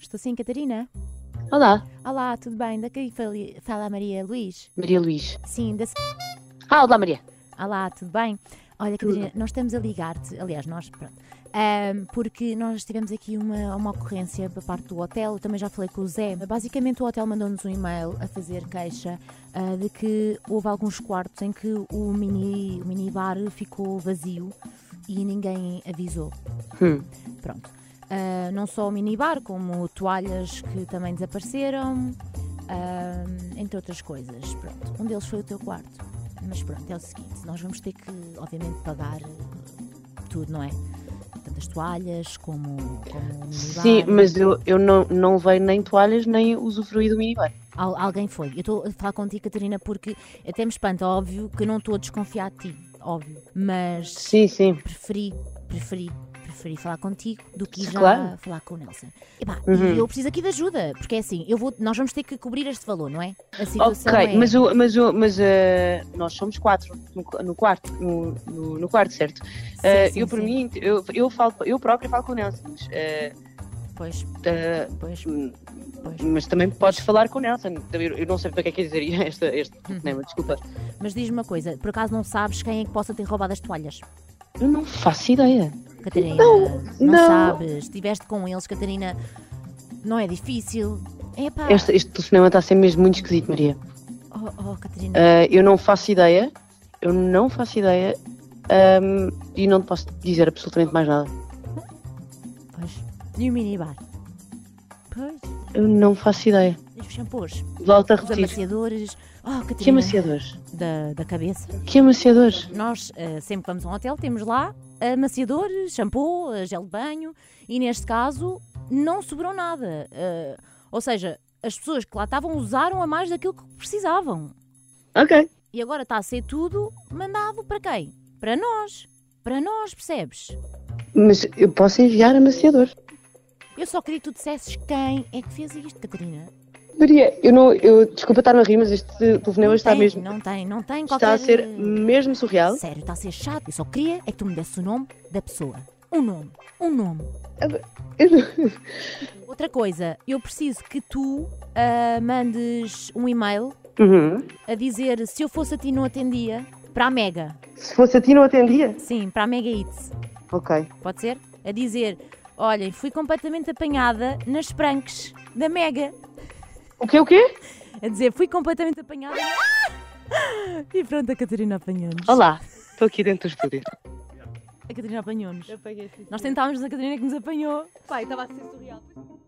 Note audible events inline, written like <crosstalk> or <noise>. Estou sim, Catarina. Olá, Olá, tudo bem? Daqui fali- fala a Maria Luís. Maria Luís. Sim, da... Ah, olá, Maria. Olá, tudo bem? Olha, Catarina, nós estamos a ligar-te, aliás, nós, pronto, ahm, porque nós tivemos aqui uma, uma ocorrência da parte do hotel, eu também já falei com o Zé. Basicamente, o hotel mandou-nos um e-mail a fazer queixa ah, de que houve alguns quartos em que o mini, o mini bar ficou vazio e ninguém avisou. Hum. Pronto. Ah, não só o minibar, como toalhas que também desapareceram, ah, entre outras coisas. Pronto. Um deles foi o teu quarto. Mas pronto, é o seguinte: nós vamos ter que, obviamente, pagar eh, tudo, não é? Tanto as toalhas como, como o minibar. Sim, mas eu, eu não, não levei nem toalhas, nem usufruí do minibar. Al- alguém foi. Eu estou a falar contigo, Catarina, porque até me espanta, óbvio, que eu não estou a desconfiar de ti, óbvio. Mas Sim, sim. preferi, preferi, preferi falar contigo do que já Claro. falar com o Nelson. Epá, Uhum. E eu preciso aqui de ajuda, porque é assim, eu vou, nós vamos ter que cobrir este valor, não é? A situação ok, é... mas, o, mas, o, mas eh, nós somos quatro no, qu- no quarto, no, no, no quarto, certo? Sim, Eh, sim, eu, por sim. mim, eu, eu, falo, eu própria falo com o Nelson, mas, eh, Pois, eh, pois, hum, pois. mas também podes falar com o Nelson. Eu, eu não sei para que é que eu dizeria <laughs> esta, este Uhum. tema, desculpa. Mas diz-me uma coisa, por acaso não sabes quem é que possa ter roubado as toalhas? Eu não faço ideia. Catarina, Não, não. sabes, estiveste com eles, Catarina, não é difícil. Epá, Este, este telefonema está a ser mesmo muito esquisito, Maria. oh, oh, Catarina, Uh, eu não faço ideia, eu não faço ideia um, e não te posso dizer absolutamente mais nada. pois. E o minibar? Pois, Eu não faço ideia. e os shampoos, Volto a os repetir. amaciadores, oh, Catarina, Que amaciadores? Da, da cabeça. Que amaciadores? Nós, eh, sempre que vamos a um hotel, temos lá amaciador, shampoo, eh, gel de banho e neste caso não sobrou nada. Eh, ou seja, as pessoas que lá estavam usaram a mais daquilo que precisavam. Ok. E agora está a ser tudo mandado para quem? Para nós. Para nós, percebes? Mas eu posso enviar amaciadores. Eu só queria que tu dissesses quem é que fez isto, Catarina. Maria, eu não. Eu, desculpa estar a rir, mas este telefonema está tem, mesmo. Não tem, não tem Está qualquer... eh, a ser mesmo surreal. Sério, está a ser chato. Eu só queria é que tu me desses o nome da pessoa. Um nome. Um nome. Eu não- <laughs> Outra coisa, eu preciso que tu ah, mandes um e-mail Uhum. a dizer se eu fosse a ti não atendia para a Mega. Se fosse a ti, não atendia. Sim, para a Mega Eats. Ok. Pode ser? A dizer, olhem, fui completamente apanhada nas pranks da Mega. O quê? O quê? A dizer, fui completamente apanhada. <laughs> E pronto, a Catarina apanhou-nos. Olá, estou aqui dentro do estúdio. A Catarina apanhou-nos. Eu paguei esse Nós dinheiro. assim. tentámos, mas a Catarina que nos apanhou. Pai, estava a ser surreal.